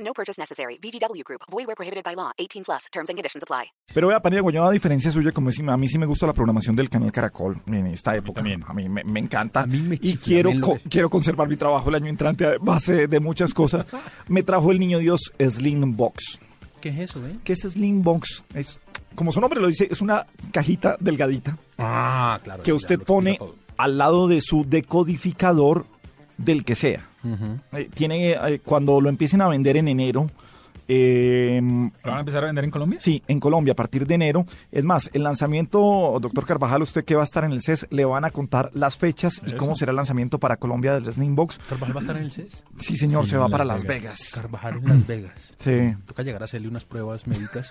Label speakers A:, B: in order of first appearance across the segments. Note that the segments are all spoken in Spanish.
A: No purchase necessary. VGW Group. Void where prohibited by law. 18 plus. Terms and conditions apply.
B: Pero vea, Panilla yo a diferencia suya, como es, a mí sí me gusta la programación del canal Caracol en esta época.
C: también.
B: A mí me, me encanta.
C: A mí me
B: y
C: chifla,
B: quiero,
C: me lo-
B: co- quiero conservar mi trabajo el año entrante a base de muchas cosas. me trajo el niño Dios Slim Box.
C: ¿Qué es eso, eh?
B: ¿Qué es Slim Box? Es, como su nombre lo dice, es una cajita delgadita
C: Ah, claro.
B: que
C: eso ya
B: usted
C: lo
B: pone
C: explica todo.
B: al lado de su decodificador del que sea. Eh, tiene, eh, cuando lo empiecen a vender en enero, eh,
D: ¿Lo van a empezar a vender en Colombia?
B: Sí, en Colombia a partir de enero. Es más, el lanzamiento, doctor Carvajal, usted que va a estar en el CES, le van a contar las fechas y cómo será el lanzamiento para Colombia del Slim Box.
C: ¿Carvajal va a estar en el CES?
B: Sí, señor, se va
C: en
B: para Las Vegas.
C: Carvajal en Las Vegas.
B: Sí.
C: Toca llegar a hacerle unas pruebas médicas.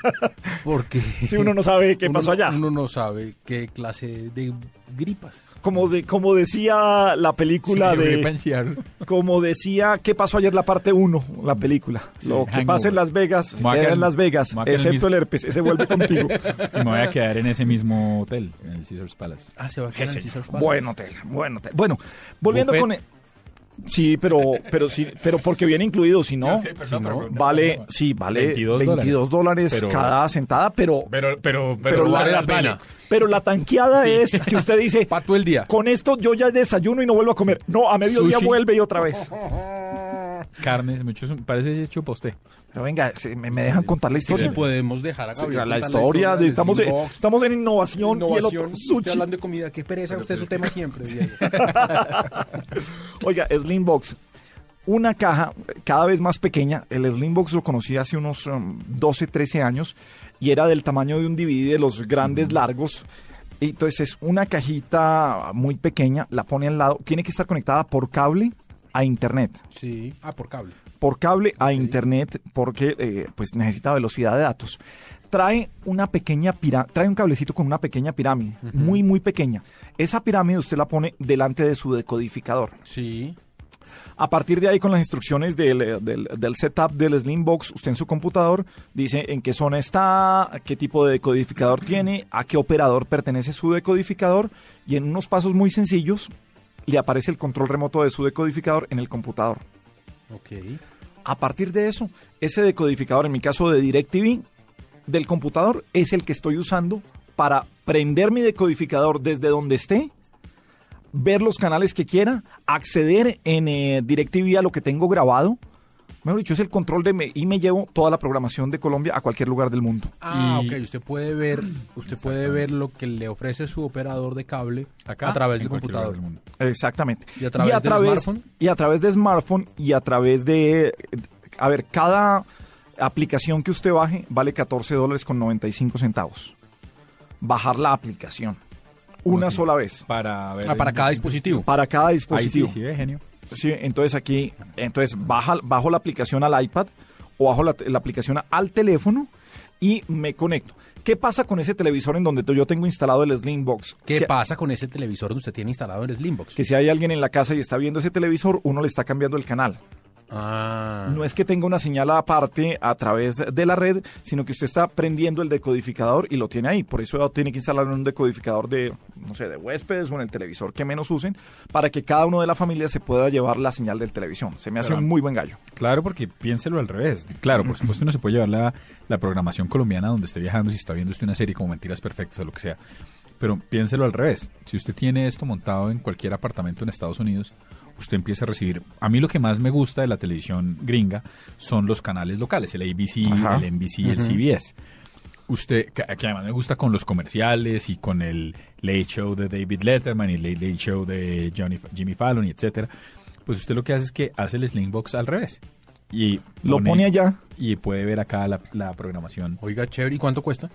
C: Porque.
B: Si uno no sabe qué
C: uno
B: pasó
C: no-
B: allá.
C: Uno no sabe qué clase de gripas.
B: Como, de, como decía la película
C: Sí, gripa en
B: de...
C: Seattle.
B: Como decía, ¿qué pasó ayer? La parte 1, la película. Lo que
D: Hangover.
B: pasa en Las Vegas, se
D: Voy a
B: queda
D: quedar-
B: en Las Vegas,
D: voy a quedar en el
B: excepto el
D: mismo-
B: herpes, ese vuelve contigo.
D: Y me voy a quedar en ese mismo hotel, en el Caesars Palace.
C: Ah, se va a quedar en el Caesars Palace.
B: Buen hotel, buen hotel. Bueno, volviendo
D: Buffet.
B: con... el- Sí, pero, pero, sí, pero porque viene incluido, si no...
D: Si no,
B: Vale, sí, vale 22,
D: 22
B: dólares,
D: Pero-
B: cada sentada, pero, pero,
D: Pero, pero, pero,
B: la,
D: vale la
B: vale.
D: pena.
B: Pero la tanqueada es que usted dice,
C: Pa' todo el día.
B: con esto yo ya desayuno y no vuelvo a comer. No, a mediodía
C: Sushi.
B: vuelve y otra vez.
D: Carnes, mucho, parece hecho para usted.
B: Pero venga, se- me, me dejan contar la
C: Sí,
B: historia.
C: podemos dejar a
B: Sí,
C: Gabriel
B: la,
C: contar
B: historia, de-
C: del
B: estamos, en,
C: Slimbox,
B: estamos en innovación, y el
C: innovación.
B: otro
C: Usted
B: sushi.
C: hablando de comida, qué pereza. usted su tema siempre. Diego.
B: Oiga, Slimbox. Una caja cada vez más pequeña. El Slimbox lo conocí hace unos um, 12, 13 años y era del tamaño de un DVD de los grandes largos. Y Entonces es una cajita muy pequeña, la pone al lado, tiene que estar conectada por cable a internet
C: Sí. Ah, por cable.
B: por cable a internet porque eh, pues necesita velocidad de datos. Trae una pequeña pira- trae un cablecito con una pequeña pirámide, muy muy pequeña. Esa pirámide usted la pone delante de su decodificador.
C: Sí.
B: A partir de ahí, con las instrucciones del, eh, del- del setup del Slimbox, usted en su computador dice en qué zona está, qué tipo de decodificador tiene, a qué operador pertenece su decodificador y en unos pasos muy sencillos le aparece el control remoto de su decodificador en el computador.
C: Ok.
B: A partir de eso, ese decodificador, en mi caso de DirecTV, del computador, es el que estoy usando para prender mi decodificador desde donde esté, ver los canales que quiera, acceder en eh, DirecTV a lo que tengo grabado. Mejor dicho, es el control de me- y me llevo toda la programación de Colombia a cualquier lugar del mundo.
C: Ah,
D: Y-
C: ok. Usted puede ver, usted puede ver lo que le ofrece su operador de cable a través del
D: en cualquier lugar
C: computador.
D: mundo.
B: Exactamente.
C: ¿Y a través del smartphone?
B: Y a través de smartphone y a través de... A ver, cada aplicación que usted baje vale 14 dólares con 95 centavos. Bajar la aplicación. Una
D: así?
B: sola vez.
D: Para ver.
C: Ah, para cada dispositivo.
B: Para cada
D: Ahí sí,
B: dispositivo.
D: sí, ve, genio.
B: Sí, entonces aquí, entonces baja, bajo la aplicación al iPad o bajo la, la aplicación al teléfono y me conecto. ¿Qué pasa con ese televisor en donde yo tengo instalado el Slimbox?
C: ¿Qué
B: Si-
C: pasa con ese televisor que usted tiene instalado en el Slimbox?
B: que si hay alguien en la casa y está viendo ese televisor, uno le está cambiando el canal.
C: Ah.
B: No es que tenga una señal aparte a través de la red, sino que usted está prendiendo el decodificador y lo tiene ahí. Por eso tiene que instalar un decodificador de, no sé, de huéspedes o en el televisor que menos usen, para que cada uno de la familia se pueda llevar la señal del televisión. Se me hace
D: Pero-
B: un muy buen gallo.
D: Claro, porque piénselo al revés. Claro, por supuesto, uno se puede llevar la, la programación colombiana donde esté viajando, si está viendo usted una serie como Mentiras Perfectas o lo que sea. Pero piénselo al revés. Si usted tiene esto montado en cualquier apartamento en Estados Unidos, usted empieza a recibir. A mí lo que más me gusta de la televisión gringa son los canales locales: el ABC,
B: Ajá.
D: el NBC, el CBS. Usted, que, que además me gusta con los comerciales y con el Late Show de David Letterman y el Late Late Show de Johnny, Jimmy Fallon y etcétera, pues usted lo que hace es que hace el Slimbox al revés. Y
B: Lo pone allá.
D: Y puede ver acá la, la programación.
C: Oiga, chévere. ¿Y cuánto cuesta?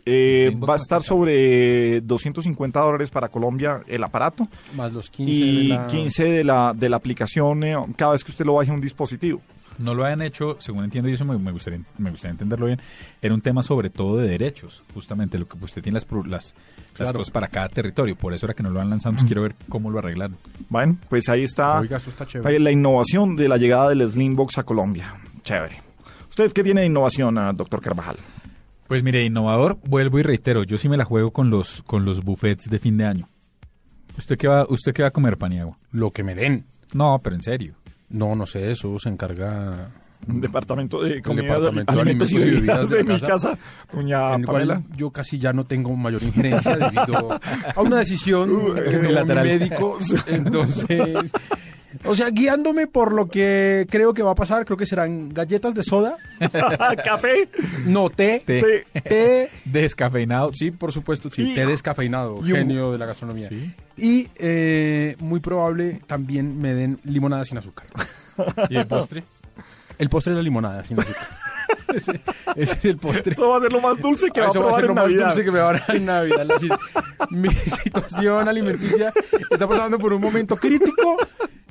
C: este
B: Eh,
D: Slimbox
B: va a
D: no
B: estar
D: está
B: sobre 250 dólares para Colombia el aparato
C: Más los 15 de
B: y
C: la-
B: 15 de la, de la aplicación eh, cada vez que usted lo baje a un dispositivo.
D: No lo han hecho, según entiendo, y eso me, me gustaría, me gustaría entenderlo bien, era un tema sobre todo de derechos, justamente lo que usted tiene las, pro- las, las
C: Claro.
D: cosas para cada territorio, por eso era que no lo han lanzado, pues quiero ver cómo lo arreglan.
B: Bueno, pues ahí está,
C: Oiga, eso está chévere.
B: ahí la innovación de la llegada del Slim Box a Colombia. Chévere. ¿Usted qué tiene de innovación, ah, doctor Carvajal?
D: Pues mire, innovador, vuelvo y reitero, yo sí me la juego con los, con los buffets de fin de año. ¿Usted qué va, usted qué va a comer, Paniagua?
C: Lo que me den.
D: No, pero en serio.
C: No, no sé, eso se encarga.
B: Un departamento de comida,
C: Mm. departamento de
B: alimentos, y
C: alimentos y
B: bebidas
C: bebidas
B: de,
C: de la
B: mi
C: casa.
B: casa, doña
C: en el cual
B: Ah, Pamela.
C: yo casi ya no tengo mayor injerencia debido a una decisión que tomó mi
D: unilateral.
C: médico. Entonces, o sea, guiándome por lo que creo que va a pasar, creo que serán galletas de soda,
B: Café
C: no té, té,
D: Té.
C: té
D: Descafeinado.
C: Sí, por supuesto, sí.
B: Y-
C: té descafeinado,
B: y un-
C: genio de la gastronomía. Y eh, muy probable también me den limonada sin azúcar.
D: ¿Y el postre?
C: El postre es la limonada sin azúcar. ese, ese es el postre.
B: Eso va a ser lo más dulce que va a
C: Eso va a
B: probar
C: ser
B: en
C: lo más
B: Navidad.
C: dulce que me va a dar en Navidad. La si- mi situación alimenticia está pasando por un momento crítico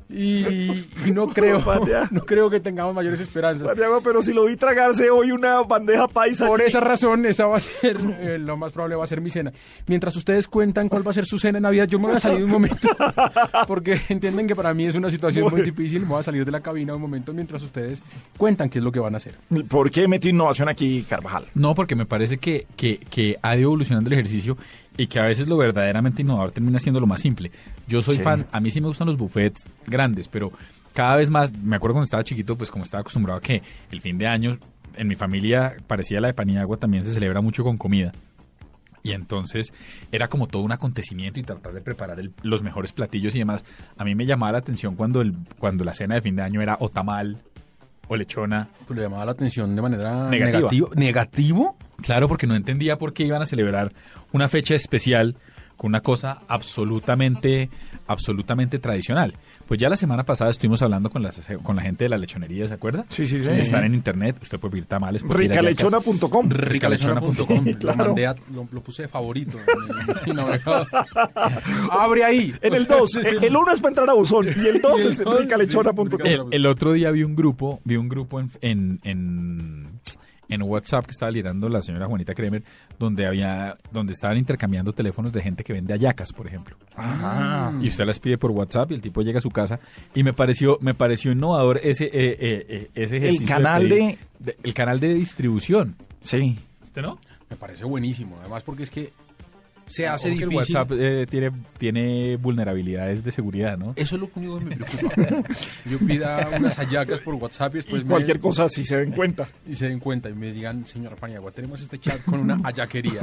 C: y, y no creo
B: Patea.
C: no creo que tengamos mayores esperanzas.
B: Santiago, pero si lo vi tragarse hoy una bandeja paisa.
C: Por esa razón, esa va a ser, eh, lo más probable va a ser mi cena. Mientras ustedes cuentan cuál va a ser su cena en Navidad, yo me voy a salir un momento, porque entienden que para mí es una situación muy difícil, me voy a salir de la cabina un momento mientras ustedes cuentan qué es lo que van a hacer.
B: ¿Por qué metió innovación aquí, Carvajal?
D: No, porque me parece que, que, que ha ido evolucionando el ejercicio y que a veces lo verdaderamente innovador termina siendo lo más simple. Yo soy
B: Sí.
D: fan, a mí sí me gustan los buffets grandes, pero cada vez más, me acuerdo cuando estaba chiquito, pues como estaba acostumbrado a que el fin de año, en mi familia, parecía la de Paniagua, también se celebra mucho con comida. Y entonces era como todo un acontecimiento y tratar de preparar el- los mejores platillos y demás. A mí me llamaba la atención cuando, el, cuando la cena de fin de año era o tamal o lechona.
C: Pues le llamaba la atención de manera
D: Negativa.
C: negativo. ¿Negativo?
D: Claro, porque no entendía por qué iban a celebrar una fecha especial con una cosa absolutamente, absolutamente tradicional. Pues ya la semana pasada estuvimos hablando con, las, con la gente de la lechonería, ¿se acuerda?
B: Sí, sí, sí.
D: Están en internet, usted puede pedir tamales. puede pedir hallacas.
B: Ricalechona.com.
D: Ricalechona.com.
C: Lo, mandé a- lo, lo puse de favorito. en el- en el navegador. Abre ahí.
B: En
C: O
B: el
C: sea,
B: 2, el 1 es para entrar a Buzón y el eh, 2
C: Y el
B: es
C: dos,
B: ricalechona.com.
C: sí.
D: El, Eh, el otro día vi un grupo, vi un grupo en, en, en, en WhatsApp que estaba liderando la señora Juanita Kremer, donde había, donde estaban intercambiando teléfonos de gente que vende ayacas, por ejemplo.
B: Ah.
D: Y usted las pide por WhatsApp y el tipo llega a su casa. Y me pareció, me pareció innovador ese, eh, eh, eh, ese ejercicio.
B: canal
D: pedir- de- el canal de distribución.
B: Sí.
D: ¿Usted no?
C: Me parece buenísimo, además porque es que se hace
D: Ojo que el
C: difícil.
D: WhatsApp eh, tiene, tiene vulnerabilidades de seguridad, ¿no?
C: Eso es lo único que me preocupa. Yo pida unas hallacas por WhatsApp y después
B: Y
C: me-
B: cualquier cosa, si se den cuenta.
C: y se den cuenta y me digan, señora Paniagua, tenemos este chat con una hallaquería.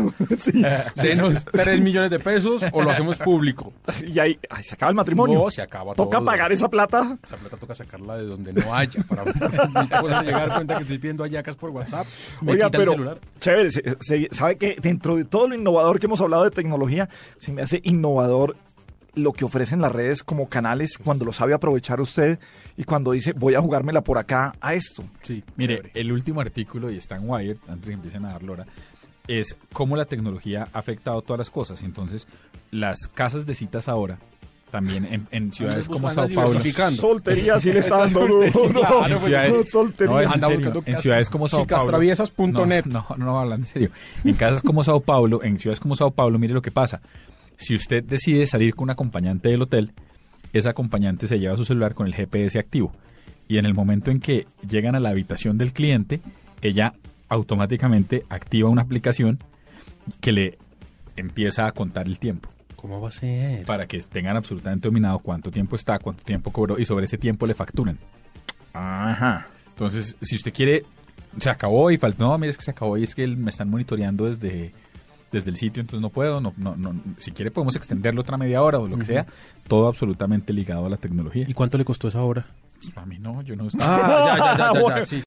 C: Denos 3 millones de pesos o lo hacemos público.
B: Y ahí ay, se acaba el matrimonio.
C: No, se acaba
B: Toca
C: todo.
B: pagar esa plata.
C: Esa plata toca sacarla de donde no haya para mis cosas llegar cuenta que estoy pidiendo hallacas por WhatsApp. Me
B: Oiga,
C: quita
B: pero
C: el celular.
B: chévere, se- se- sabe que dentro de todo lo innovador que hemos hablado de tecnología, se me hace innovador lo que ofrecen las redes como canales cuando lo sabe aprovechar usted y cuando dice voy a jugármela por acá a esto.
C: Sí,
D: Mire,
C: chévere.
D: el último artículo, y está en Wired, antes de que empiecen a dar lora, es cómo la tecnología ha afectado todas las cosas. Entonces, las casas de citas ahora, también en, en ciudades como Sao
C: buscando
D: Paulo.
C: diversificando.
B: Soltería sí le está dando duro.
E: Ah,
C: claro,
E: pues,
B: No,
D: en ciudades,
B: soltería.
D: no, es en
C: Anda
D: serio,
C: buscando
D: en
C: casas-
D: ciudades como Sao Paulo.
C: chicastraviesas.net.
D: No, no, no, hablando en serio. En casas como Sao Paulo, en ciudades como Sao Paulo, mire lo que pasa. Si usted decide salir con un acompañante del hotel, ese acompañante se lleva su celular con el GPS activo. Y en el momento en que llegan a la habitación del cliente, ella automáticamente activa una aplicación que le empieza a contar el tiempo
C: ¿Cómo va a ser?
D: para que tengan absolutamente dominado cuánto tiempo está, cuánto tiempo cobró y sobre ese tiempo le facturan.
B: Ajá.
D: Entonces, si usted quiere, se acabó y faltó. No, mire, es que se acabó y es que el- me están monitoreando desde, desde el sitio, entonces no puedo. No, no, no. Si quiere, podemos extenderlo otra media hora o lo que sea. Todo absolutamente ligado a la tecnología. Ah.
C: cuánto le costó esa hora?
D: Y pues, a mí no, yo no
C: Ah, ya, ya, ya, ya, ya, sí,